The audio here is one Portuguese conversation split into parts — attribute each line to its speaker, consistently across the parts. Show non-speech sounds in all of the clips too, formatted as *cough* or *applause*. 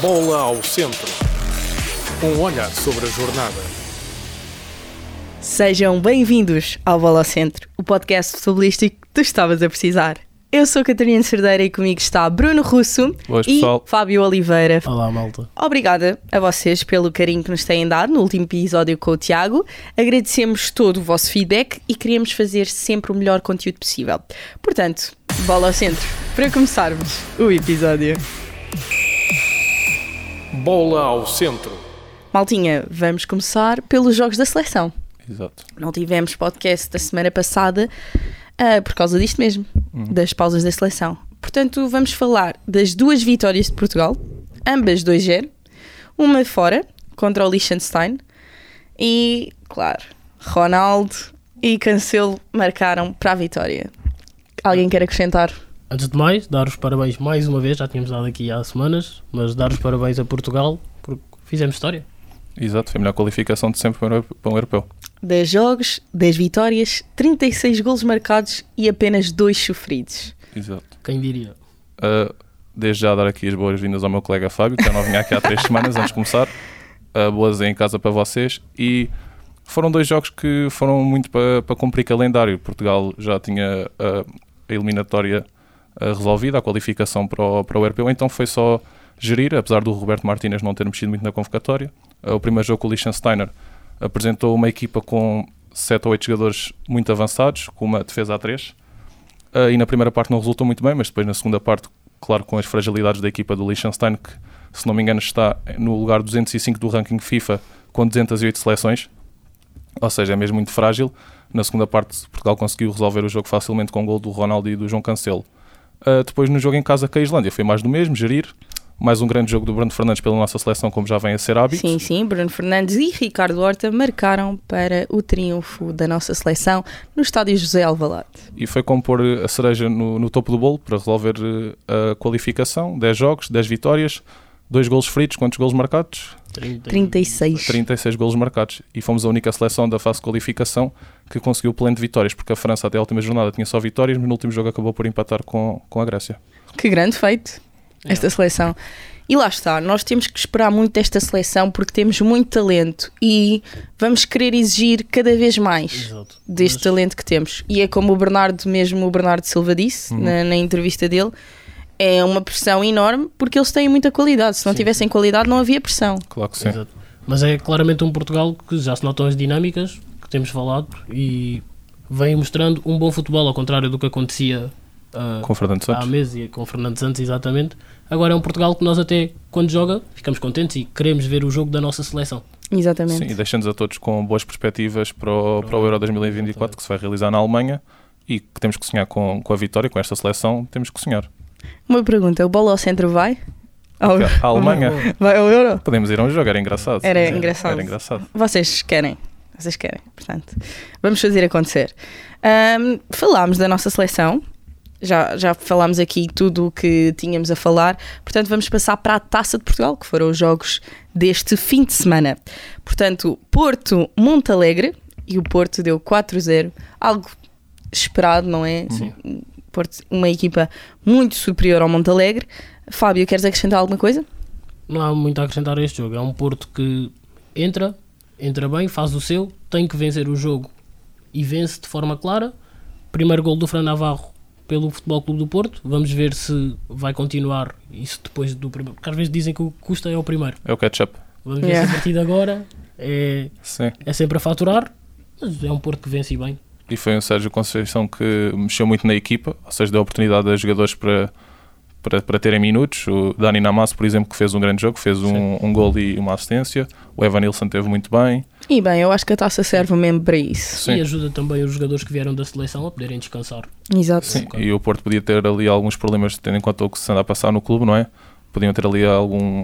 Speaker 1: Bola ao centro. Um olhar sobre a jornada.
Speaker 2: Sejam bem-vindos ao Bola ao Centro, o podcast futebolístico que tu estavas a precisar. Eu sou Catarina Cerdeira e comigo está Bruno Russo
Speaker 3: Boas,
Speaker 2: e
Speaker 3: pessoal.
Speaker 2: Fábio Oliveira.
Speaker 4: Olá, malta.
Speaker 2: Obrigada a vocês pelo carinho que nos têm dado no último episódio com o Tiago. Agradecemos todo o vosso feedback e queremos fazer sempre o melhor conteúdo possível. Portanto, bola ao centro para começarmos o episódio.
Speaker 1: Bola ao centro.
Speaker 2: Maltinha, vamos começar pelos jogos da seleção.
Speaker 3: Exato.
Speaker 2: Não tivemos podcast da semana passada ah, por causa disto mesmo, das pausas da seleção. Portanto, vamos falar das duas vitórias de Portugal, ambas 2-0, uma fora contra o Liechtenstein e, claro, Ronaldo e Cancelo marcaram para a vitória. Alguém quer acrescentar?
Speaker 4: Antes de mais, dar os parabéns mais uma vez, já tínhamos dado aqui há semanas, mas dar os parabéns a Portugal porque fizemos história.
Speaker 3: Exato, foi a melhor qualificação de sempre para um europeu- para um europeu.
Speaker 2: 10 jogos, 10 vitórias, 36 golos marcados e apenas 2 sofridos.
Speaker 3: Exato.
Speaker 4: Quem diria?
Speaker 3: Ah, desde já dar aqui as boas-vindas ao meu colega Fábio, que já não vinha aqui há três semanas antes de começar. Ah, boas em casa para vocês. E foram dois jogos que foram muito para, para cumprir calendário. Portugal já tinha ah, a eliminatória ah, resolvida, a qualificação para o, para o europeu, então foi só gerir, apesar do Roberto Martínez não ter mexido muito na convocatória. Ah, o primeiro jogo com o Liechtensteiner apresentou uma equipa com sete ou oito jogadores muito avançados, com uma defesa a três. Ah, e na primeira parte não resultou muito bem, mas depois na segunda parte, claro, com as fragilidades da equipa do Liechtenstein, que se não me engano está no lugar 205 do ranking FIFA, com 208 seleções, ou seja, é mesmo muito frágil. Na segunda parte, Portugal conseguiu resolver o jogo facilmente com o gol do Ronaldo e do João Cancelo. Ah, depois, no jogo em casa com a Islândia, foi mais do mesmo, gerir. Mais um grande jogo do Bruno Fernandes pela nossa seleção, como já vem a ser hábito.
Speaker 2: Sim, sim, Bruno Fernandes e Ricardo Horta marcaram para o triunfo da nossa seleção no estádio José Alvalade.
Speaker 3: e foi compor eh, a cereja no, no topo do bolo para resolver eh, a qualificação. 10 jogos, 10 vitórias, 2 golos feridos, quantos golos marcados?
Speaker 4: 30.
Speaker 2: 36.
Speaker 3: 36 golos marcados. E fomos a única seleção da fase de qualificação que conseguiu pleno de vitórias, porque a França até a última jornada tinha só vitórias, mas no último jogo acabou por empatar com, com a Grécia.
Speaker 2: Que grande feito esta seleção. E lá está, nós temos que esperar muito desta seleção porque temos muito talento e vamos querer exigir cada vez mais
Speaker 4: Exato.
Speaker 2: deste talento que temos. E é como o Bernardo, mesmo o Bernardo Silva disse na, na entrevista dele, é uma pressão enorme porque eles têm muita qualidade. Se não tivessem qualidade, não havia pressão.
Speaker 3: Claro que sim.
Speaker 4: Mas, exato. Mas é claramente um Portugal que já se notam as dinâmicas que temos falado e vem mostrando um bom futebol, ao contrário do que acontecia ah,
Speaker 3: Com o Fernando
Speaker 4: há
Speaker 3: Santos.
Speaker 4: meses e com o Fernando Santos, exatamente. Agora é um Portugal que nós até, quando joga, ficamos contentes e queremos ver o jogo da nossa seleção.
Speaker 2: Exatamente.
Speaker 3: Sim, e deixando-nos a todos com boas perspectivas para o, para o Euro 2024, que se vai realizar na Alemanha, e que temos que sonhar com, com a vitória, com esta seleção, temos que sonhar.
Speaker 2: Uma pergunta, o Bola ao Centro vai? Ao-
Speaker 3: Porque a Alemanha...
Speaker 2: *laughs* Vai ao Euro?
Speaker 3: Podemos ir a um jogo, era engraçado.
Speaker 2: Era engraçado.
Speaker 3: Era engraçado.
Speaker 2: Vocês querem, vocês querem, portanto, vamos fazer acontecer. Ahm, falámos da nossa seleção, já, já falámos aqui tudo o que tínhamos a falar, portanto, vamos passar para a Taça de Portugal, que foram os jogos deste fim de semana. Portanto, Porto, Montalegre, e o Porto deu 4-0, algo esperado, não é?
Speaker 4: Sim.
Speaker 2: Porto, uma equipa muito superior ao Montalegre. Fábio, queres acrescentar alguma coisa?
Speaker 4: não há muito a acrescentar a este jogo. É um Porto que entra, entra bem, faz o seu, tem que vencer o jogo e vence de forma clara. Primeiro gol do Fran Navarro pelo Futebol Clube do Porto. Vamos ver se vai continuar isso depois do primeiro. Porque às vezes dizem que o que custa é o primeiro.
Speaker 3: É o ketchup.
Speaker 4: Vamos ver
Speaker 2: Yeah.
Speaker 4: se a partir de agora é,
Speaker 3: Sim.
Speaker 4: é sempre a faturar. Mas é um Porto que vence e bem.
Speaker 3: E foi o Sérgio Conceição que mexeu muito na equipa, ou seja, deu oportunidade a jogadores para, para, para terem minutos. O Dani Namasso, por exemplo, que fez um grande jogo, fez um, um gol e uma assistência. O Evanilson teve muito bem.
Speaker 2: E bem, eu acho que a taça serve mesmo para isso.
Speaker 3: Sim.
Speaker 4: E ajuda também os jogadores que vieram da seleção a poderem descansar.
Speaker 2: Exato.
Speaker 3: Sim, e o Porto podia ter ali alguns problemas, tendo em conta o que se anda a passar no clube, não é? Podiam ter ali algum,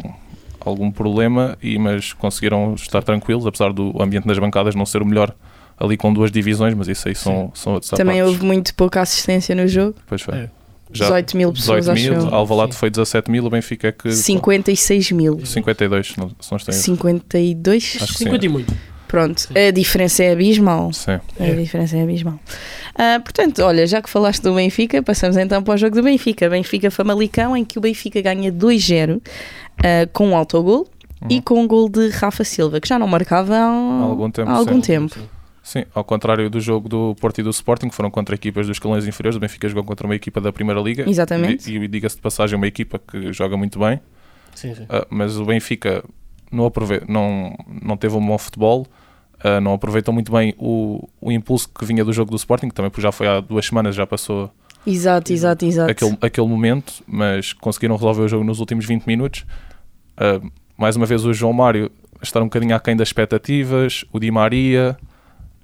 Speaker 3: algum problema, e, mas conseguiram estar tranquilos, apesar do ambiente nas bancadas não ser o melhor ali com duas divisões, mas isso aí são, são outros
Speaker 2: Também
Speaker 3: sapatos.
Speaker 2: houve muito pouca assistência no jogo.
Speaker 3: Pois foi.
Speaker 4: É.
Speaker 3: Já
Speaker 2: 18 mil pessoas,
Speaker 3: 18 mil, ah,
Speaker 2: acho eu.
Speaker 3: Alvalade
Speaker 4: Sim.
Speaker 3: foi 17 mil, o Benfica é que...
Speaker 2: 56 mil.
Speaker 3: 52, não- se não estou em erro.
Speaker 2: 52?
Speaker 3: Acho que sim.
Speaker 4: 50 e muito.
Speaker 2: Pronto, a diferença é abismal.
Speaker 3: Sim.
Speaker 2: A diferença é abismal. Ah, portanto, olha, já que falaste do Benfica, passamos então para o jogo do Benfica. Benfica Famalicão, em que o Benfica ganha 2-0 ah, com um autogol
Speaker 3: Uhum.
Speaker 2: e com um gol de Rafa Silva, que já não marcava há,
Speaker 3: Há algum tempo,
Speaker 2: há algum
Speaker 3: sim.
Speaker 2: tempo.
Speaker 3: Sim, ao contrário do jogo do Porto e do Sporting, que foram contra equipas dos escalões inferiores, o Benfica jogou contra uma equipa da Primeira Liga.
Speaker 2: Exatamente.
Speaker 3: E, e diga-se de passagem, uma equipa que joga muito bem,
Speaker 4: Sim, sim.
Speaker 3: ah, mas o Benfica não, aprove- não, não teve um bom futebol, ah, não aproveitou muito bem o, o impulso que vinha do jogo do Sporting, que também já foi há duas semanas, já passou
Speaker 2: Exato, exato, exato.
Speaker 3: aquele, aquele momento, mas conseguiram resolver o jogo nos últimos 20 minutos. Ah, mais uma vez o João Mário está um bocadinho aquém das expectativas, o Di Maria,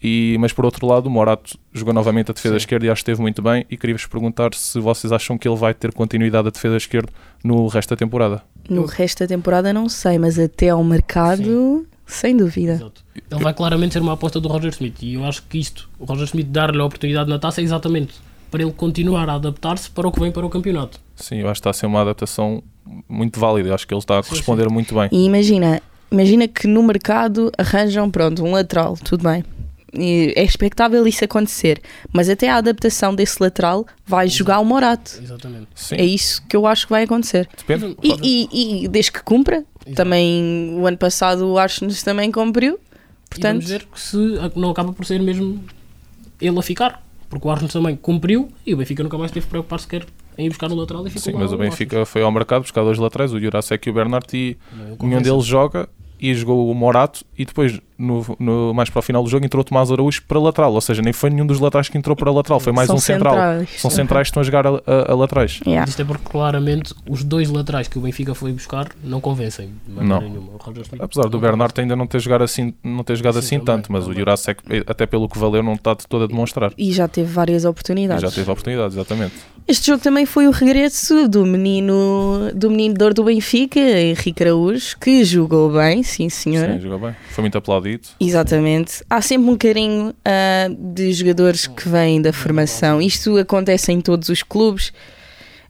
Speaker 3: e, mas por outro lado o Morato jogou novamente a defesa
Speaker 4: Sim.
Speaker 3: esquerda e acho que esteve muito bem e queria-vos perguntar se vocês acham que ele vai ter continuidade a defesa esquerda no resto da temporada.
Speaker 2: No resto da temporada não sei, mas até ao mercado, sem dúvida.
Speaker 4: Exato. Ele vai claramente ser uma aposta do Roger Smith e eu acho que isto, o Roger Smith dar-lhe a oportunidade na taça é exatamente para ele continuar a adaptar-se para o que vem para o campeonato.
Speaker 3: Sim, eu acho que está a ser uma adaptação muito válida, eu acho que ele está a corresponder muito bem.
Speaker 2: E imagina, imagina que no mercado arranjam, pronto, um lateral, tudo bem. E é expectável isso acontecer, mas até a adaptação desse lateral vai jogar o Morato.
Speaker 4: Exatamente.
Speaker 3: Sim,
Speaker 2: É isso que eu acho que vai acontecer.
Speaker 3: depende.
Speaker 2: E, e- e desde que cumpra, também o ano passado o Arsenal também cumpriu.
Speaker 4: Portanto,
Speaker 2: Portanto,
Speaker 4: vamos ver que se a- não acaba por ser mesmo ele a ficar, porque o Arsenal também cumpriu e o Benfica nunca mais teve que preocupar sequer em ir buscar o lateral e ficou
Speaker 3: Sim,
Speaker 4: lá
Speaker 3: mas o
Speaker 4: Arsenal.
Speaker 3: Benfica foi ao mercado buscar dois laterais, o Jurasek e o Bernard, e
Speaker 4: Não, eu
Speaker 3: nenhum
Speaker 4: confesso.
Speaker 3: deles joga e jogou o Morato e depois, no, no- mais para o final do jogo, entrou o Tomás Araújo para lateral, ou seja, nem foi nenhum dos laterais que entrou para lateral, foi mais
Speaker 2: São
Speaker 3: um central.
Speaker 2: centrais.
Speaker 3: São centrais que estão a jogar a, a- a laterais.
Speaker 2: yeah.
Speaker 4: Isto é porque claramente os dois laterais que o Benfica foi buscar não convencem de maneira
Speaker 3: Não.
Speaker 4: nenhuma. O Roger Smith-
Speaker 3: Apesar do Bernard ainda não ter jogado assim, não ter jogado
Speaker 4: Sim,
Speaker 3: assim
Speaker 4: também,
Speaker 3: tanto, mas o
Speaker 4: também.
Speaker 3: Jurasek, até pelo que valeu, não está de todo a demonstrar.
Speaker 2: e já teve várias
Speaker 3: E
Speaker 2: oportunidades.
Speaker 3: já teve a oportunidade, exatamente.
Speaker 2: Este jogo também foi o regresso do menino do menino de dor do Benfica, Henrique Araújo, que jogou bem, sim senhora.
Speaker 3: Sim, jogou bem. Foi muito aplaudido.
Speaker 2: Exatamente. Há sempre um carinho ah, de jogadores que vêm da formação. Isto acontece em todos os clubes.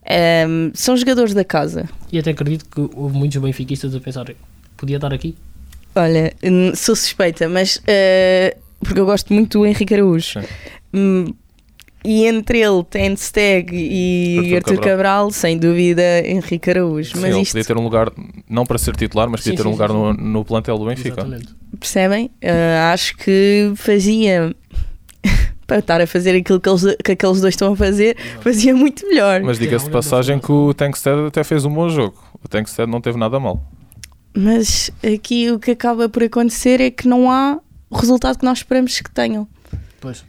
Speaker 2: Ahm, são jogadores da casa.
Speaker 4: E até acredito que houve muitos benfiquistas a pensar, podia estar aqui?
Speaker 2: Olha, hum, sou suspeita, mas ah, porque eu gosto muito do Henrique Araújo.
Speaker 3: Sim.
Speaker 2: Hum, e entre ele, Ten Steg e
Speaker 3: Arthur
Speaker 2: Arthur, Cabral.
Speaker 3: Cabral.
Speaker 2: sem dúvida, Henrique Araújo.
Speaker 3: Sim,
Speaker 2: mas
Speaker 3: ele
Speaker 2: isto,
Speaker 3: podia ter um lugar, não para ser titular, mas podia
Speaker 4: Sim,
Speaker 3: ter um
Speaker 4: sim,
Speaker 3: lugar
Speaker 4: sim,
Speaker 3: no, no plantel do Benfica.
Speaker 4: Exatamente.
Speaker 2: percebem? Ah, acho que fazia. *laughs* Para estar a fazer aquilo que, eles- que aqueles dois estão a fazer, fazia muito melhor.
Speaker 3: Mas
Speaker 4: um
Speaker 3: diga-se de passagem que o Tankstead até fez um bom jogo. O Tankstead não teve nada mal.
Speaker 2: Mas aqui o que acaba por acontecer é que não há o resultado que nós esperamos que tenham.
Speaker 4: Pois.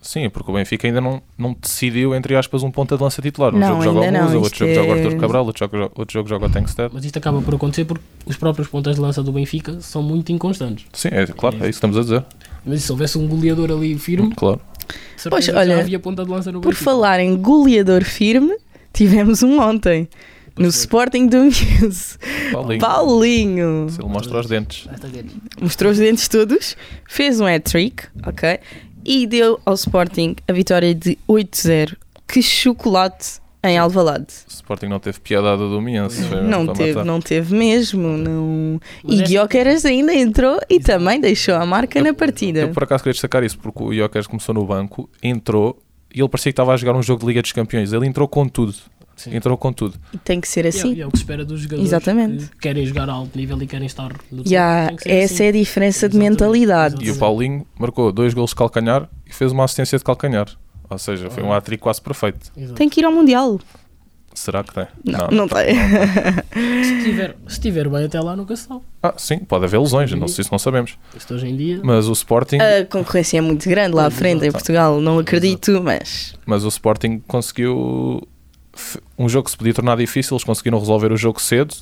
Speaker 3: Sim, porque o Benfica ainda não, não decidiu, entre aspas, um ponta de lança titular. Um
Speaker 2: Não,
Speaker 3: jogo joga o
Speaker 2: ainda não,
Speaker 3: Musa,
Speaker 2: isto
Speaker 3: outro jogo joga o
Speaker 2: é-
Speaker 3: Arthur Cabral, outro jogo, outro jogo joga o Tankstead.
Speaker 4: Mas isto acaba por acontecer porque os próprios pontas de lança do Benfica são muito inconstantes.
Speaker 3: Sim, é claro, é isso que estamos a dizer.
Speaker 4: Mas se houvesse um goleador ali firme,
Speaker 3: Claro.
Speaker 4: de certeza
Speaker 2: Pois,
Speaker 4: que
Speaker 2: olha,
Speaker 4: já havia ponta de lança no
Speaker 2: Por
Speaker 4: Benfica.
Speaker 2: falar em goleador firme, tivemos um ontem no Sporting do Miense.
Speaker 3: é. Paulinho.
Speaker 2: Paulinho
Speaker 3: Se ele mostra os dentes.
Speaker 4: Esta guerra.
Speaker 2: mostrou os dentes todos, fez um hat-trick, ok? E deu ao Sporting a vitória de 8-0. Que chocolate em Alvalade.
Speaker 3: O Sporting não teve piadada do Miense. foi mesmo
Speaker 2: Não
Speaker 3: para
Speaker 2: teve,
Speaker 3: matar.
Speaker 2: não teve mesmo. Não...
Speaker 4: Mas
Speaker 2: E
Speaker 4: é-
Speaker 2: Guioqueras ainda entrou e também deixou a marca na partida.
Speaker 3: Eu por acaso queria destacar isso, porque o Jokers começou no banco, entrou e ele parecia que estava a jogar um jogo de Liga dos Campeões. Ele entrou com tudo.
Speaker 4: Sim.
Speaker 3: Entrou com tudo.
Speaker 2: E tem que ser
Speaker 4: assim. E é-
Speaker 2: assim.
Speaker 4: e é o que se espera dos jogadores
Speaker 2: Exatamente.
Speaker 4: que querem jogar a alto nível e querem estar no topo.
Speaker 2: Yeah,
Speaker 4: Tem que ser
Speaker 2: essa
Speaker 4: assim.
Speaker 2: é a diferença de
Speaker 4: Exatamente.
Speaker 2: mentalidade.
Speaker 3: E o Paulinho marcou dois golos de calcanhar e fez uma assistência de calcanhar. Ou seja, foi um hat-trick quase perfeito.
Speaker 4: Exato.
Speaker 2: Tem que ir ao Mundial.
Speaker 3: Será que tem?
Speaker 2: Não, não tem.
Speaker 4: Se estiver, se estiver bem até lá, nunca se sabe.
Speaker 3: Ah, sim, pode haver lesões, não sei se não sabemos.
Speaker 4: Isto hoje em dia.
Speaker 3: Mas o Sporting,
Speaker 2: A concorrência é muito grande lá à frente em Portugal, não acredito, mas
Speaker 3: mas o Sporting conseguiu f- um jogo que se podia tornar difícil, eles conseguiram resolver o jogo cedo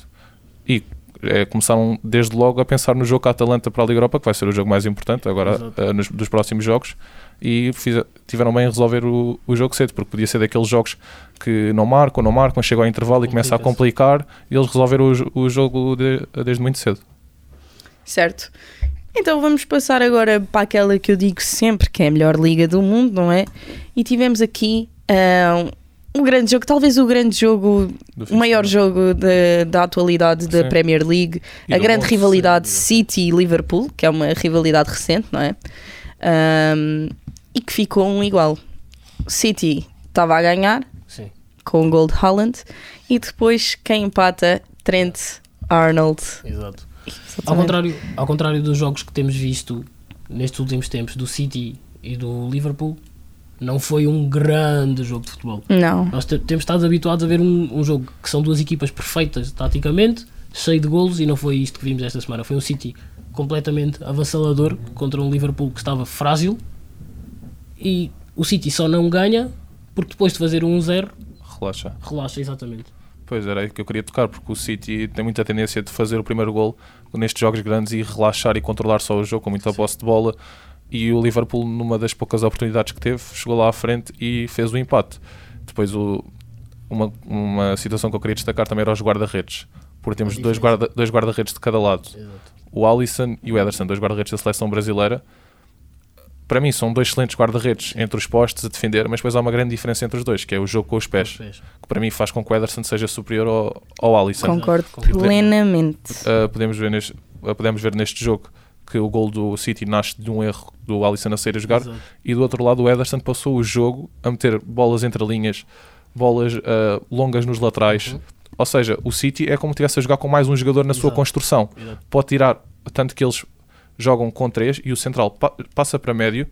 Speaker 3: e eh, começaram desde logo a pensar no jogo com a Atalanta para a Liga Europa, que vai ser o jogo mais importante agora
Speaker 4: Exato.
Speaker 3: eh, nos, dos próximos jogos, e fize- tiveram bem a resolver o, o jogo cedo, porque podia ser daqueles jogos que não marcam, não marcam, chegam ao intervalo e começa a complicar, e eles resolveram o, jo- o jogo de- desde muito cedo.
Speaker 2: certo. Então vamos passar agora para aquela que eu digo sempre que é a melhor liga do mundo, não é? E tivemos aqui ah, o grande jogo, talvez o grande jogo,
Speaker 3: do
Speaker 2: o
Speaker 3: fim de
Speaker 2: maior
Speaker 3: semana.
Speaker 2: jogo de- da atualidade da
Speaker 3: Sim.
Speaker 2: Premier League,
Speaker 3: E
Speaker 2: a
Speaker 3: do
Speaker 2: grande
Speaker 3: Manchester
Speaker 2: rivalidade
Speaker 3: City.
Speaker 2: City e Liverpool, que é uma rivalidade recente, não é? Ahm, e que ficou um igual. City estava a ganhar
Speaker 4: Sim.
Speaker 2: com o gol de Haaland e depois quem empata Trent Arnold.
Speaker 4: Exato. Ao
Speaker 2: Exatamente.
Speaker 4: contrário, ao contrário dos jogos que temos visto nestes últimos tempos do City e do Liverpool, não foi um grande jogo de futebol.
Speaker 2: Não.
Speaker 4: Nós te- temos estado habituados a ver um, um jogo que são duas equipas perfeitas taticamente, cheio de golos, e não foi isto que vimos esta semana. Foi um City completamente avassalador contra um Liverpool que estava frágil e o City só não ganha porque depois de fazer um 1-0
Speaker 3: Relaxa.
Speaker 4: relaxa exatamente.
Speaker 3: Pois era aí que eu queria tocar, porque o City tem muita tendência de fazer o primeiro gol nestes jogos grandes e relaxar e controlar só o jogo com muita posse de bola. E o Liverpool, numa das poucas oportunidades que teve, chegou lá à frente e fez o empate. Depois, o- uma, uma situação que eu queria destacar também era os guarda-redes, porque temos dois
Speaker 4: diferença.
Speaker 3: guarda- dois guarda-redes de cada lado
Speaker 4: Exato.
Speaker 3: o Alisson e o Ederson, dois guarda-redes da seleção brasileira. Para mim, são dois excelentes guarda-redes entre os postes a defender, mas depois há uma grande diferença entre os dois, que é o jogo com os pés, que para mim faz com que o Ederson seja superior ao, ao Alisson.
Speaker 2: Concordo
Speaker 4: Concordo.
Speaker 2: plenamente.
Speaker 3: Uh, podemos, ver neste, uh, podemos ver neste jogo que o gol do City nasce de um erro do Alisson a sair a jogar,
Speaker 4: Exato.
Speaker 3: e do outro lado o Ederson passou o jogo a meter bolas entre linhas, bolas ah, longas nos laterais. Ou seja, o City é como se estivesse a jogar com mais um jogador na sua
Speaker 4: Uhum. Exato.
Speaker 3: construção.
Speaker 4: Exato.
Speaker 3: Pode tirar, tanto que eles jogam com três e o central pa- passa para médio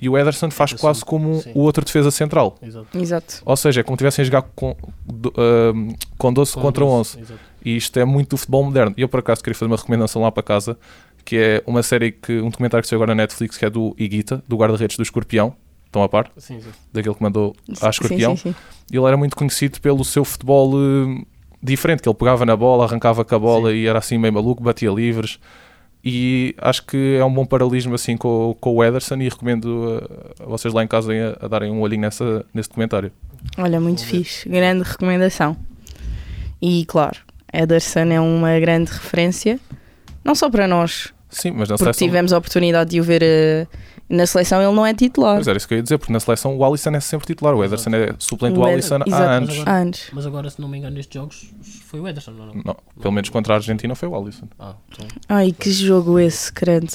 Speaker 3: e o Ederson faz
Speaker 4: Passa-
Speaker 3: quase como
Speaker 4: sim.
Speaker 3: o outro defesa central.
Speaker 4: Exato.
Speaker 2: Exato.
Speaker 3: Ou seja, é como se estivessem a jogar com, do, ah, com 12 contra 11.
Speaker 4: Exato.
Speaker 3: E isto é muito do futebol moderno. E eu, por acaso, queria fazer uma recomendação lá para casa, que é uma série que, um documentário que saiu agora na Netflix, que é do Iguita, do guarda-redes do Escorpião. Estão a par?
Speaker 4: Sim, sim.
Speaker 3: Daquele que mandou à Escorpião.
Speaker 2: Sim, sim, sim.
Speaker 3: Ele era muito conhecido pelo seu futebol eh, diferente, que ele pegava na bola, arrancava com a bola e era assim meio maluco, batia livres. E acho que é um bom paralelismo assim com, o- com o Ederson e recomendo eh, a, vocês lá em casa a, a darem um olhinho nessa, nesse documentário.
Speaker 2: Olha, muito fixe. Grande recomendação. E claro, Ederson é uma grande referência, não só para nós,
Speaker 3: Sim, mas na
Speaker 2: porque
Speaker 3: seleção...
Speaker 2: tivemos a oportunidade de o ver eh, na seleção, ele não é titular.
Speaker 3: Pois era isso que eu ia dizer, porque na seleção o Alisson é sempre titular, o Ederson é suplente do
Speaker 2: O Ed-
Speaker 3: Alisson há
Speaker 2: Exato.
Speaker 3: anos.
Speaker 4: Mas
Speaker 2: Há anos.
Speaker 4: Mas agora, se não me engano, nestes jogos foi o Ederson, não? não?
Speaker 3: Não, pelo menos contra a Argentina foi o Alisson.
Speaker 4: Ah, então,
Speaker 2: Ai, que jogo esse, credo.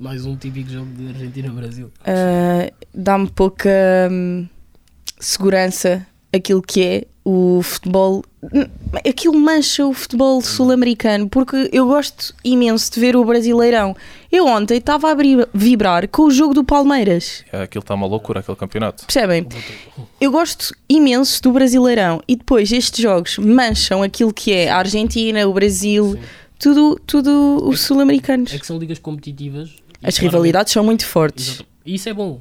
Speaker 4: mais um típico jogo de Argentina-Brasil.
Speaker 2: Eh, Dá-me pouca hum, segurança aquilo que é o futebol. Hum, Aquilo mancha o futebol sul-americano, porque eu gosto imenso de ver o Brasileirão. Eu ontem estava a bri- vibrar com o jogo do Palmeiras.
Speaker 3: É, Aquilo está uma loucura, aquele campeonato.
Speaker 2: Percebem? Eu gosto imenso do Brasileirão e depois estes jogos mancham aquilo que é a Argentina, o Brasil,
Speaker 4: Sim.
Speaker 2: tudo, tudo os
Speaker 4: É
Speaker 2: sul-americanos.
Speaker 4: que são ligas competitivas. e
Speaker 2: As
Speaker 4: claramente-
Speaker 2: rivalidades são muito fortes.
Speaker 4: Exato. E isso é bom.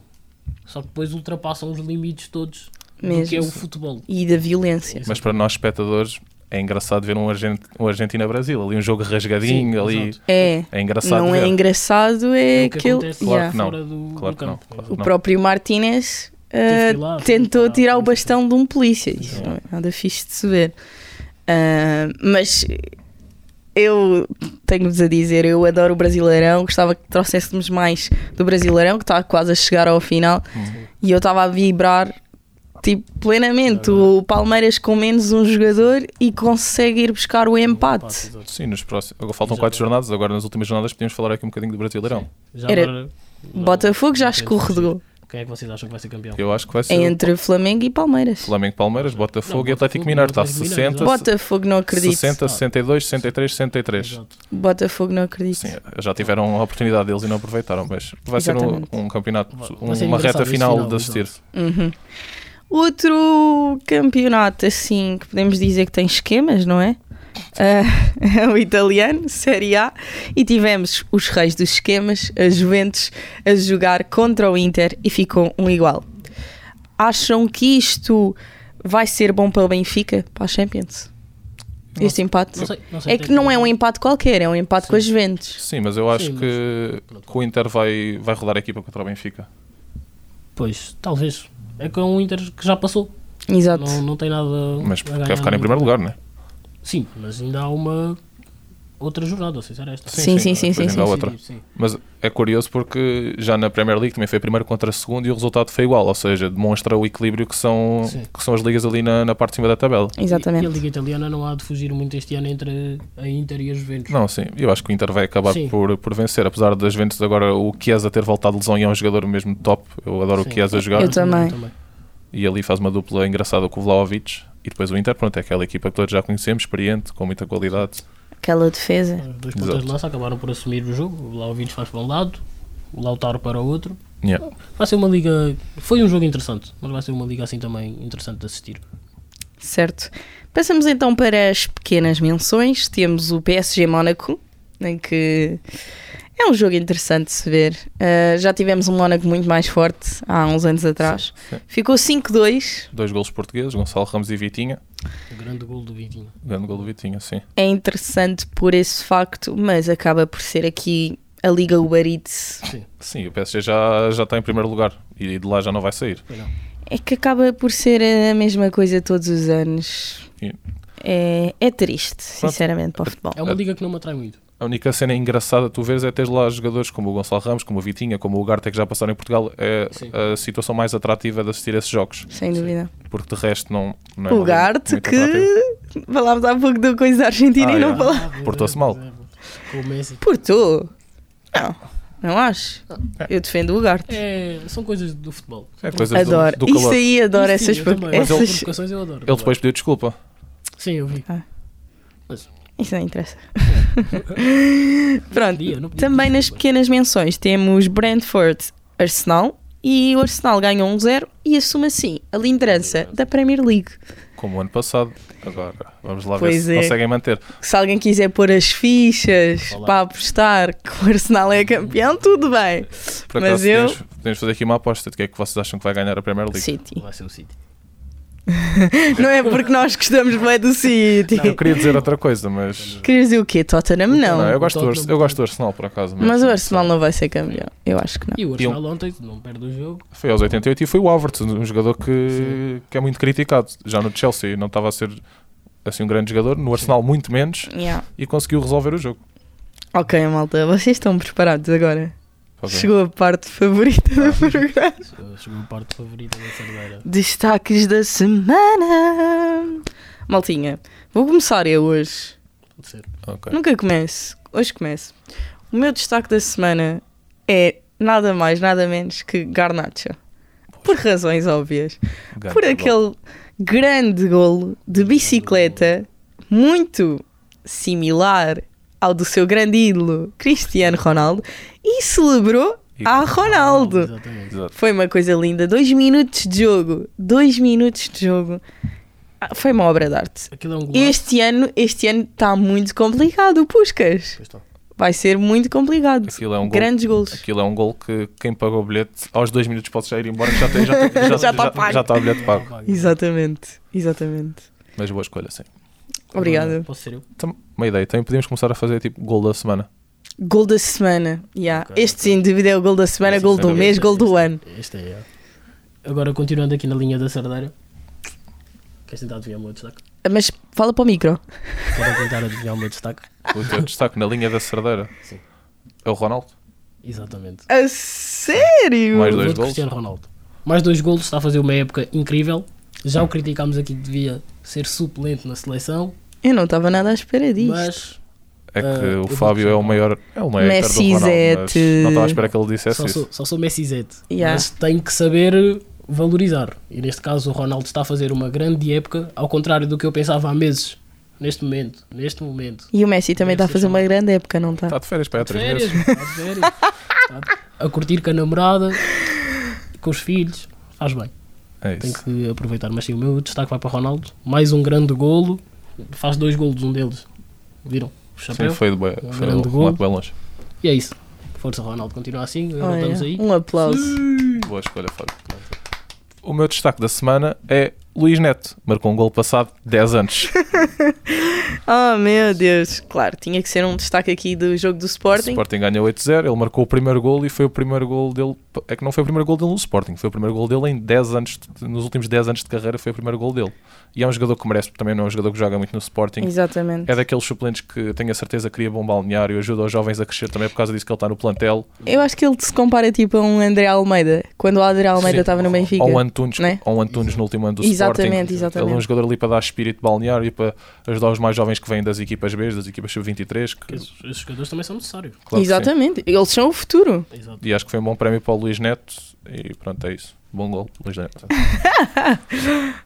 Speaker 4: Só que depois ultrapassam os limites todos do
Speaker 2: Mesmo.
Speaker 4: que é o futebol.
Speaker 2: E da violência.
Speaker 3: Mas para nós espectadores é engraçado ver um, Argen- um Argentina-Brasil, ali um jogo rasgadinho,
Speaker 4: Sim,
Speaker 3: ali
Speaker 4: exato.
Speaker 2: É.
Speaker 3: é engraçado
Speaker 2: Não
Speaker 3: ver.
Speaker 2: é engraçado,
Speaker 4: É
Speaker 2: é
Speaker 4: o que
Speaker 2: aquele.
Speaker 4: acontece
Speaker 3: Claro
Speaker 2: Yeah.
Speaker 3: que não.
Speaker 4: fora do,
Speaker 3: Claro
Speaker 4: do
Speaker 3: que não,
Speaker 4: campo.
Speaker 3: claro que
Speaker 2: O
Speaker 3: não.
Speaker 2: próprio Martínez eh,
Speaker 4: que ir lá,
Speaker 2: tentou
Speaker 4: tentar,
Speaker 2: tirar o
Speaker 4: não sei.
Speaker 2: bastão de um polícia. Isso não é nada fixe de se ver. Ah, mas eu tenho-vos a dizer, eu adoro o Brasileirão. Gostava que trouxéssemos mais do Brasileirão, que está quase a chegar ao final.
Speaker 4: Uhum.
Speaker 2: E eu estava a vibrar tipo, plenamente.
Speaker 4: Uhum.
Speaker 2: O Palmeiras com menos um jogador e consegue ir buscar o empate.
Speaker 4: Exato.
Speaker 3: Sim, nos próximos. Agora faltam
Speaker 4: Exato.
Speaker 3: quatro jornadas, agora nas últimas jornadas podíamos falar aqui um bocadinho do Brasileirão.
Speaker 4: Já
Speaker 2: Era-
Speaker 4: agora, não-
Speaker 2: Botafogo já
Speaker 4: não penso que
Speaker 2: escorregou.
Speaker 4: seja. Quem é que vocês acham que vai ser campeão?
Speaker 3: Eu acho que vai ser
Speaker 2: É entre Flamengo e Palmeiras.
Speaker 3: Flamengo, Palmeiras, Botafogo e
Speaker 4: Não,
Speaker 3: Atlético
Speaker 4: Botafogo,
Speaker 3: Mineiro. Está
Speaker 4: Atlético Mineiro,
Speaker 3: 60,
Speaker 2: Botafogo não acredito.
Speaker 3: 60, 62, 63, 63.
Speaker 4: Exato.
Speaker 2: Botafogo não acredito.
Speaker 3: Sim, já tiveram a oportunidade deles e não aproveitaram, mas vai ser um,
Speaker 2: Exatamente.
Speaker 3: um campeonato,
Speaker 4: Vai- vai ser
Speaker 3: uma
Speaker 4: engraçado
Speaker 3: reta
Speaker 4: esse
Speaker 3: final,
Speaker 4: final,
Speaker 3: de assistir.
Speaker 4: é.
Speaker 2: Uhum. Outro campeonato, assim, que podemos dizer que tem esquemas, não é? Ah, *laughs* é o italiano, Série A, e tivemos os reis dos esquemas, a Juventus, a jogar contra o Inter e ficou um igual. Acham que isto vai ser bom para o Benfica, para a Champions? Este empate?
Speaker 4: Não sei, não sei
Speaker 2: É que não é um empate qualquer, é um empate com a Juventus.
Speaker 3: Sim, mas eu acho
Speaker 4: Sim, mas-
Speaker 3: que, que o Inter vai, vai rodar a equipa contra o Benfica.
Speaker 4: Pois, talvez. É que é um Inter que já passou.
Speaker 2: Exato.
Speaker 4: Não, não tem nada.
Speaker 3: Mas
Speaker 4: a ganhar
Speaker 3: quer ficar em primeiro lugar, não é?
Speaker 4: Sim, mas ainda há uma outra jornada, ou seja, era esta.
Speaker 2: Sim, sim, sim, sim,
Speaker 3: depois
Speaker 2: sim,
Speaker 3: ainda há
Speaker 4: Sim,
Speaker 3: outra.
Speaker 4: sim.
Speaker 3: Mas é curioso porque já na Premier League também foi primeiro contra segundo e o resultado foi igual, ou seja, demonstra o equilíbrio que são,
Speaker 4: Sim.
Speaker 3: que são as ligas ali na, na parte de cima da tabela.
Speaker 2: Exatamente.
Speaker 4: E a Liga Italiana não há de fugir muito este ano entre a Inter e a Juventus.
Speaker 3: Não, sim, eu acho que o Inter vai acabar
Speaker 4: Sim.
Speaker 3: por, por vencer, apesar das Juventus agora o Chiesa ter voltado de lesão e é um jogador mesmo top, eu adoro
Speaker 4: Sim.
Speaker 3: o Chiesa a jogar
Speaker 2: Eu também.
Speaker 3: e ali faz uma dupla engraçada com o Vlaovic e depois o Inter, pronto, é aquela equipa que todos já conhecemos, experiente, com muita qualidade.
Speaker 2: Aquela defesa.
Speaker 4: É, Os dois
Speaker 3: Exato.
Speaker 4: pontas de lança acabaram por assumir o jogo. O Vlaovic faz para um lado, o Lautaro para o outro.
Speaker 3: Yeah.
Speaker 4: Vai ser uma liga. Foi um jogo interessante, mas vai ser uma liga assim também interessante de assistir.
Speaker 2: Certo. Passamos então para as pequenas menções. Temos o PSG Mónaco, em que é um jogo interessante de se ver. Ah, já tivemos um Mónaco muito mais forte há uns anos atrás.
Speaker 3: sim.
Speaker 2: Ficou 5-2
Speaker 3: Dois golos portugueses, Gonçalo Ramos e Vitinha,
Speaker 4: O grande gol do Vitinho.
Speaker 3: grande gol do Vitinha, sim.
Speaker 2: é interessante por esse facto, mas acaba por ser aqui a Liga Uber Eats.
Speaker 3: Sim, o PSG já, já está em primeiro lugar e de lá já não vai sair.
Speaker 2: É que acaba por ser a mesma coisa todos os anos.
Speaker 3: Sim.
Speaker 2: É, é triste, sinceramente, para o futebol.
Speaker 4: É uma liga que não me atrai muito.
Speaker 3: A única cena engraçada que tu vês é teres lá jogadores como o Gonçalo Ramos, como o Vitinha, como o Garte que já passaram em Portugal. É
Speaker 4: Sim.
Speaker 3: a situação mais atrativa de assistir esses jogos,
Speaker 2: Sem dúvida.
Speaker 3: porque de resto não, não é
Speaker 2: O
Speaker 3: uma liga
Speaker 2: Garte
Speaker 3: muito atrativa.
Speaker 2: que falámos há pouco da coisa da Argentina
Speaker 3: Ah,
Speaker 2: e não
Speaker 3: é.
Speaker 2: falámos.
Speaker 3: Portou-se mal.
Speaker 4: Com o Messi.
Speaker 2: Porto? Não, não acho. Eu defendo o Garte.
Speaker 4: É, são coisas do futebol.
Speaker 3: É coisas do-
Speaker 2: Adoro.
Speaker 3: do,
Speaker 2: Isso
Speaker 3: calor.
Speaker 2: aí, adoro
Speaker 4: Isso sim,
Speaker 2: essas,
Speaker 4: eu
Speaker 2: pro-
Speaker 4: também.
Speaker 3: Mas é
Speaker 2: essas...
Speaker 4: provocações. eu adoro.
Speaker 3: Ele depois pediu desculpa.
Speaker 4: Sim, eu vi.
Speaker 2: Isso não
Speaker 3: *laughs*
Speaker 2: interessa. Pronto.
Speaker 4: Podia, não podia.
Speaker 2: Também nas pequenas menções temos Brentford Arsenal e o Arsenal ganhou 1-0 e assume assim a liderança da Premier League.
Speaker 3: Como o ano passado. Agora, vamos lá
Speaker 2: Pois
Speaker 3: ver
Speaker 2: é.
Speaker 3: se conseguem manter.
Speaker 2: Se alguém quiser pôr as fichas para apostar que o Arsenal é campeão, tudo bem.
Speaker 3: Por
Speaker 2: Mas
Speaker 3: acaso,
Speaker 2: eu-
Speaker 3: podemos, podemos fazer aqui uma aposta de que é que vocês acham que vai ganhar a Premier League.
Speaker 2: City.
Speaker 4: Vai ser o City.
Speaker 2: Não é porque nós gostamos bem do City.
Speaker 3: Eu queria é. dizer outra coisa, mas.
Speaker 2: Querias dizer o quê? Tottenham? Não.
Speaker 3: eu, gosto do,
Speaker 4: Tottenham-
Speaker 3: Ars- eu gosto do Arsenal, por acaso.
Speaker 2: Mas o Arsenal não vai ser campeão. Eu acho que não.
Speaker 4: E o Arsenal
Speaker 3: um-
Speaker 4: ontem não perde o jogo.
Speaker 3: Foi aos 88 e foi o Havertz, um jogador que, que é muito criticado. Já no Chelsea não estava a ser assim um grande jogador, no Arsenal muito menos,
Speaker 2: Yeah.
Speaker 3: e conseguiu resolver o jogo.
Speaker 2: Ok, malta, vocês estão preparados agora?
Speaker 3: Ok. Ah,
Speaker 2: Chegou a parte favorita do programa.
Speaker 4: Eh, Chegou a parte favorita da Cerdeira.
Speaker 2: Destaques da semana. Maltinha, vou começar eu hoje.
Speaker 4: Pode ser.
Speaker 3: Ok.
Speaker 2: Nunca começo. Hoje começo. O meu destaque da semana é nada mais, nada menos que Garnacha. Por razões óbvias.
Speaker 3: Ganho.
Speaker 2: Por aquele grande golo de bicicleta, muito similar ao do seu grande ídolo, Cristiano Ronaldo, e celebrou
Speaker 3: E-
Speaker 2: a Ronaldo.
Speaker 4: Exatamente.
Speaker 3: Exato.
Speaker 2: Foi uma coisa linda. Dois minutos de jogo. Dois minutos de jogo. Ah, Foi uma obra de arte.
Speaker 4: Aquilo é um golaço.
Speaker 2: Este ano este ano está muito complicado, o Puscas.
Speaker 4: Pois está.
Speaker 2: Vai ser muito complicado.
Speaker 3: Aquilo é um gol.
Speaker 2: Grandes golos.
Speaker 3: Aquilo é um gol que quem pagou o bilhete aos dois minutos pode já ir embora, que já tem- já tem- já-
Speaker 2: *laughs* Já tá
Speaker 3: já-
Speaker 2: pago.
Speaker 3: já está o bilhete pago.
Speaker 2: Exatamente, exatamente.
Speaker 3: Mas boa escolha, sim.
Speaker 2: Obrigada.
Speaker 4: Posso ser eu?
Speaker 3: Então, uma ideia, então podíamos começar a fazer tipo gol da semana.
Speaker 2: Gol da semana. Yeah.
Speaker 4: Ok,
Speaker 2: este sem dúvida é o gol da semana,
Speaker 3: Sim,
Speaker 2: gol
Speaker 3: sem
Speaker 2: do
Speaker 3: dúvida. é
Speaker 2: mês, gol do ano.
Speaker 4: Este é. é. Agora, continuando aqui na linha da Cerdeira. Queres tentar adivinhar o meu destaque?
Speaker 2: Ah, Mas fala para o micro.
Speaker 4: Querem tentar adivinhar o meu destaque?
Speaker 3: O teu destaque na linha da Cerdeira
Speaker 4: Sim.
Speaker 3: é o Ronaldo.
Speaker 4: Exatamente.
Speaker 2: A sério?
Speaker 3: Mais
Speaker 4: Eu
Speaker 3: dois
Speaker 4: vou de
Speaker 3: golos.
Speaker 4: Cristiano Ronaldo. Mais dois golos, está a fazer uma época incrível. Já o criticámos aqui que devia ser suplente na seleção,
Speaker 2: Eu não estava nada à espera disto.
Speaker 4: mas
Speaker 3: É que
Speaker 4: Ah, eu
Speaker 3: o
Speaker 4: vou
Speaker 3: Fábio é o
Speaker 4: acrescentar.
Speaker 3: maior. É o maior hater do
Speaker 2: Messi
Speaker 3: Ronaldo, mas
Speaker 2: Zete.
Speaker 3: Não estava à espera que ele dissesse
Speaker 4: só
Speaker 3: isso.
Speaker 4: sou, só sou Messi Zete.
Speaker 2: Yeah.
Speaker 4: Mas tem que saber valorizar. E neste caso o Ronaldo está a fazer uma grande época, ao contrário do que eu pensava há meses. Neste momento, neste momento.
Speaker 2: E o Messi também está a fazer uma grande época, não está?
Speaker 4: Tá,
Speaker 3: Está de férias é para aí há três
Speaker 4: Férias,
Speaker 3: meses.
Speaker 4: está de férias. Está a curtir com a namorada, com os filhos. Faz bem.
Speaker 3: É
Speaker 4: Tem
Speaker 3: isso.
Speaker 4: que aproveitar. Mas sim, o meu destaque vai para o Ronaldo. Mais um grande golo. Faz dois golos, um deles. Viram? O
Speaker 3: Sim,
Speaker 4: chapéu.
Speaker 3: foi de boa.
Speaker 4: Um
Speaker 3: Foi
Speaker 4: grande
Speaker 3: um
Speaker 4: gol.
Speaker 3: lado bem longe.
Speaker 4: E é isso. Força, Ronaldo. Continua assim. Agora
Speaker 2: Olha,
Speaker 4: estamos aí.
Speaker 2: Um Oh, é. aplauso.
Speaker 3: Boa escolha, Fábio. O meu destaque da semana é Luís Neto marcou um gol passado 10 anos.
Speaker 2: Oh meu Deus, claro, tinha que ser um destaque aqui do jogo do
Speaker 3: O
Speaker 2: *laughs* Sporting.
Speaker 3: Sporting ganhou 8-0, ele marcou o primeiro gol e foi o primeiro gol dele. É que não foi o primeiro gol dele no Sporting, foi o primeiro gol dele em 10 anos, de- nos últimos 10 anos de carreira foi o primeiro gol dele. E é um jogador que merece, porque também não é um jogador que joga muito no Sporting.
Speaker 2: Exatamente.
Speaker 3: É daqueles suplentes que tenho a certeza que cria bom balneário, ajuda os jovens a crescer também por causa disso que ele está no plantel.
Speaker 2: Eu acho que ele se compara tipo a um André Almeida, quando o André Almeida
Speaker 3: Sim.
Speaker 2: estava no Benfica.
Speaker 3: Ou um Antunes,
Speaker 2: né?
Speaker 3: ou um Antunes no último ano do
Speaker 2: Exatamente,
Speaker 3: Sporting.
Speaker 2: exatamente.
Speaker 3: Ele é um jogador ali para dar espírito balneário e para ajudar os mais jovens que vêm das equipas B, das equipas sub-23. que-
Speaker 4: Porque esses, esses jogadores também são necessários.
Speaker 3: claro que sim.
Speaker 2: Exatamente, eles são o futuro.
Speaker 4: Exato.
Speaker 3: E acho que foi um bom prémio para o Luís Neto. E pronto, é isso. Bom gol,
Speaker 2: *laughs*
Speaker 3: Luís Neto.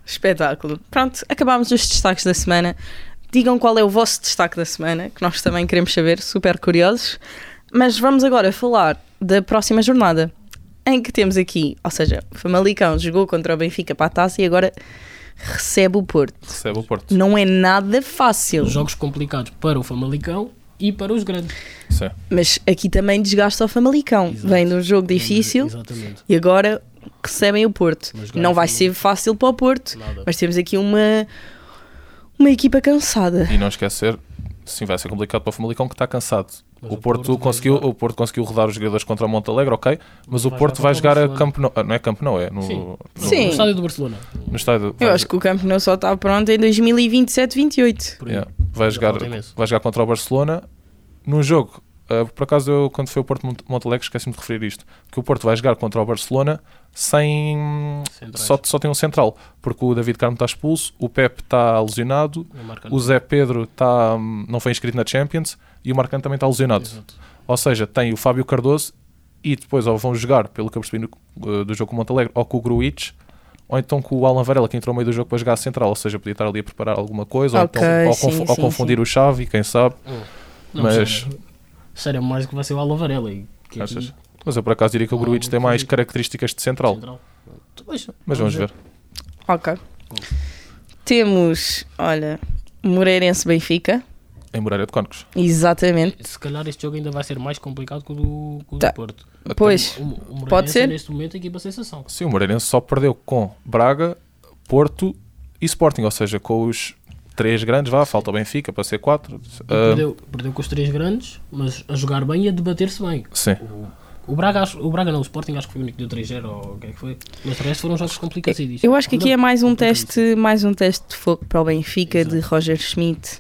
Speaker 2: Espetáculo. Pronto, acabámos os destaques da semana. Digam qual é o vosso destaque da semana, que nós também queremos saber, super curiosos. Mas vamos agora falar da próxima jornada, em que temos aqui, ou seja, o Famalicão jogou contra o Benfica para a taça e agora recebe o Porto.
Speaker 3: Recebe o Porto.
Speaker 2: Não é nada fácil,
Speaker 4: Jogos complicados para o Famalicão e para os grandes.
Speaker 3: Sim.
Speaker 2: mas aqui também desgasta o Famalicão.
Speaker 4: Exato.
Speaker 2: Vem de um jogo difícil
Speaker 4: Exatamente.
Speaker 2: e agora recebem o Porto.
Speaker 4: Mas ganham
Speaker 2: Não vai
Speaker 4: o-
Speaker 2: ser fácil para o Porto,
Speaker 4: Nada.
Speaker 2: mas temos aqui uma, uma equipa cansada.
Speaker 3: E não esquecer, sim, vai ser complicado para o Famalicão que está cansado.
Speaker 4: Mas
Speaker 3: o Porto,
Speaker 4: vai
Speaker 3: conseguiu,
Speaker 4: jogar.
Speaker 3: o Porto conseguiu rodar os jogadores contra o Monte Alegre, ok, mas o
Speaker 4: Vai
Speaker 3: Porto
Speaker 4: jogar
Speaker 3: vai
Speaker 4: contra o
Speaker 3: jogar a
Speaker 4: Barcelona.
Speaker 3: Camp Nou, ah, não é Camp Nou, é no,
Speaker 4: Sim.
Speaker 3: no,
Speaker 2: Sim.
Speaker 4: No estádio do Barcelona.
Speaker 3: no estádio.
Speaker 2: Eu
Speaker 3: vai-
Speaker 2: acho que o campo não só está pronto em 2027, 28.
Speaker 4: Por aí.
Speaker 3: yeah, vai,
Speaker 4: Já
Speaker 3: jogar,
Speaker 4: falta imenso.
Speaker 3: vai jogar contra o Barcelona num jogo. ah, por acaso, eu, quando foi o Porto Mont- Monte Alegre, esqueci-me de referir isto: que o Porto vai jogar contra o Barcelona sem.
Speaker 4: Centrais.
Speaker 3: Só, só tem um central, porque o David Carmo está expulso, o Pepe está lesionado,
Speaker 4: Não marca
Speaker 3: o Zé Pedro tá, hum, não foi inscrito na Champions e o Marcano também está lesionado.
Speaker 4: Exato.
Speaker 3: Ou seja, tem o Fábio Cardoso e depois ou vão jogar, pelo que eu percebi no- eh, do jogo com o Montalegre, ou com o Gruitch, ou então com o Alan Varela, que entrou no meio do jogo para jogar a central. Ou seja, podia estar ali a preparar alguma coisa,
Speaker 2: Ok,
Speaker 3: ou, então, ou,
Speaker 2: sim,
Speaker 3: confu- ou
Speaker 2: sim,
Speaker 3: confundir o Xavi, quem sabe.
Speaker 4: Não, né?
Speaker 3: mas,
Speaker 4: sério. Sério, é mais que vai ser o Alan Varela. e que é aqui-
Speaker 3: achas? mas eu por acaso diria que o
Speaker 4: Não,
Speaker 3: Gruitch tem
Speaker 4: não
Speaker 3: mais
Speaker 4: sei.
Speaker 3: características de central.
Speaker 4: Central. Tu veja.
Speaker 3: Mas vamos ver.
Speaker 2: Ok. Temos, olha, Moreirense Benfica.
Speaker 3: Em Moreira de Cónicos.
Speaker 2: Exatamente.
Speaker 4: Se calhar este jogo ainda vai ser mais complicado que o do, que o do
Speaker 2: Tá.
Speaker 4: Porto.
Speaker 2: Pois,
Speaker 4: O, o Moreirense
Speaker 2: Pode ser?
Speaker 4: é neste momento a equipa sensação.
Speaker 3: Sim, o Moreirense só perdeu com Braga, Porto e Sporting, ou seja, com os três grandes, vá, falta o Benfica para ser quatro.
Speaker 4: E
Speaker 3: Ah,
Speaker 4: Perdeu, perdeu com os três grandes, mas a jogar bem e a debater-se bem.
Speaker 3: sim,
Speaker 4: O Braga, acho- o Braga não, o Sporting acho que foi o único que deu 3-0 ou o que é que foi. Mas o resto foram jogos complicados.
Speaker 2: eu acho que aqui é mais um teste, mais um teste de fogo para o Benfica de Roger Schmidt.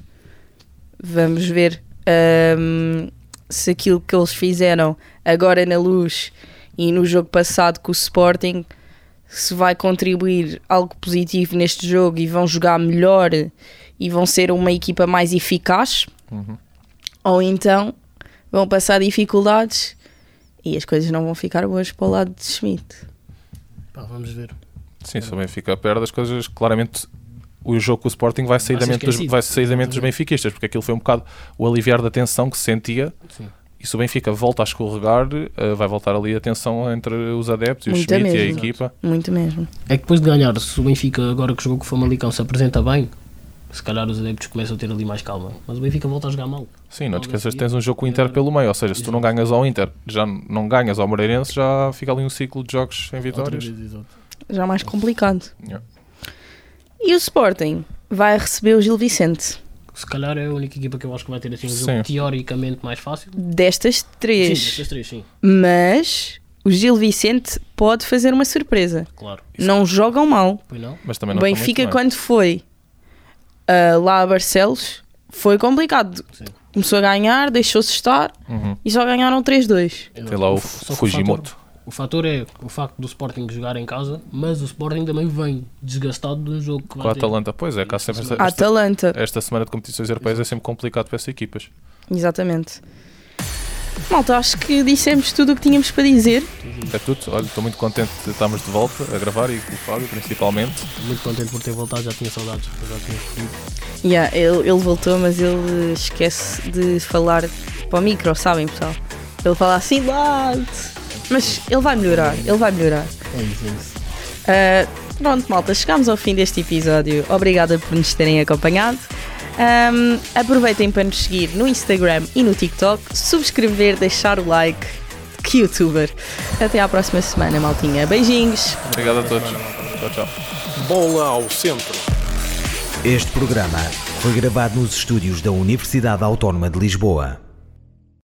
Speaker 2: Vamos ver ahm, se aquilo que eles fizeram agora na luz e no jogo passado com o Sporting se vai contribuir algo positivo neste jogo e vão jogar melhor e vão ser uma equipa mais eficaz.
Speaker 3: Uhum.
Speaker 2: Ou então vão passar dificuldades e as coisas não vão ficar boas para o lado de Schmidt.
Speaker 4: Pá, vamos ver.
Speaker 3: sim, se o Benfica perde as coisas, claramente o jogo com o Sporting vai sair,
Speaker 4: Vai
Speaker 3: da
Speaker 4: ser
Speaker 3: mente, dos,
Speaker 4: esquecido.
Speaker 3: vai sair da mente dos benfiquistas, porque aquilo foi um bocado o aliviar da tensão que se sentia.
Speaker 4: Sim.
Speaker 3: E se o Benfica volta a escorregar, ah, vai voltar ali a tensão entre os adeptos e o
Speaker 2: Muita
Speaker 3: Schmidt e a
Speaker 2: mesmo.
Speaker 3: equipa.
Speaker 2: Muito mesmo.
Speaker 4: É que depois de ganhar, se o Benfica agora que jogou com o Famalicão se apresenta bem, se calhar os adeptos começam a ter ali mais calma. Mas o Benfica volta a jogar mal.
Speaker 3: Sim, não
Speaker 4: Logo
Speaker 3: te
Speaker 4: a
Speaker 3: esqueças que
Speaker 4: seguir,
Speaker 3: tens um jogo com o Inter pelo meio, ou seja, se tu não ganhas ao Inter, já n- não ganhas ao Moreirense, já fica ali um ciclo de jogos sem
Speaker 4: Outra
Speaker 3: vitórias.
Speaker 4: vez, exato.
Speaker 2: já mais complicado.
Speaker 3: Yeah.
Speaker 2: E o Sporting vai receber o Gil Vicente.
Speaker 4: Se calhar é a única equipa que eu acho que vai ter assim um
Speaker 3: Sim.
Speaker 4: jogo teoricamente mais fácil.
Speaker 2: Destas
Speaker 4: Sim,
Speaker 2: três.
Speaker 4: estas três, sim,
Speaker 2: Mas o Gil Vicente pode fazer uma surpresa.
Speaker 4: claro.
Speaker 2: Não jogam mal.
Speaker 4: Pois não?
Speaker 3: Mas também
Speaker 2: O
Speaker 3: não está muito
Speaker 2: Benfica,
Speaker 3: bem.
Speaker 2: quando foi ah, lá a Barcelos, foi complicado.
Speaker 4: Sim.
Speaker 2: Começou a ganhar, deixou-se estar
Speaker 3: Uhum.
Speaker 2: e só ganharam 3-2.
Speaker 3: Tem lá o,
Speaker 4: Só que
Speaker 3: Fujimoto.
Speaker 4: O fator é o facto do Sporting jogar em casa, mas o Sporting também vem desgastado de um jogo que
Speaker 3: Com a
Speaker 4: vai ter.
Speaker 3: Atalanta, pois é, cá sempre esta,
Speaker 2: A
Speaker 3: esta,
Speaker 2: Atalanta.
Speaker 3: esta semana de competições europeias é sempre complicado para essas equipas.
Speaker 2: Exatamente. Malta, acho que dissemos tudo o que tínhamos para dizer.
Speaker 3: É tudo, olha, estou muito contente de estarmos de volta a gravar e com o Fábio principalmente.
Speaker 4: Muito contente por ter voltado, já tinha saudades. Já tinha referido.
Speaker 2: Yeah, ele, ele voltou, mas ele esquece de falar para o micro, sabem, pessoal? Ele fala assim, loud. Mas ele vai melhorar, ele vai melhorar.
Speaker 4: É isso, é isso.
Speaker 2: Ah, pronto, malta, chegámos ao fim deste episódio. Obrigada por nos terem acompanhado. Ahm, aproveitem para nos seguir no Instagram e no TikTok, subscrever, deixar o like. Que youtuber! Até à próxima semana, maltinha. Beijinhos!
Speaker 3: Obrigado a todos. Tchau, tchau.
Speaker 1: Bola ao centro.
Speaker 5: Este programa foi gravado nos estúdios da Universidade Autónoma de Lisboa.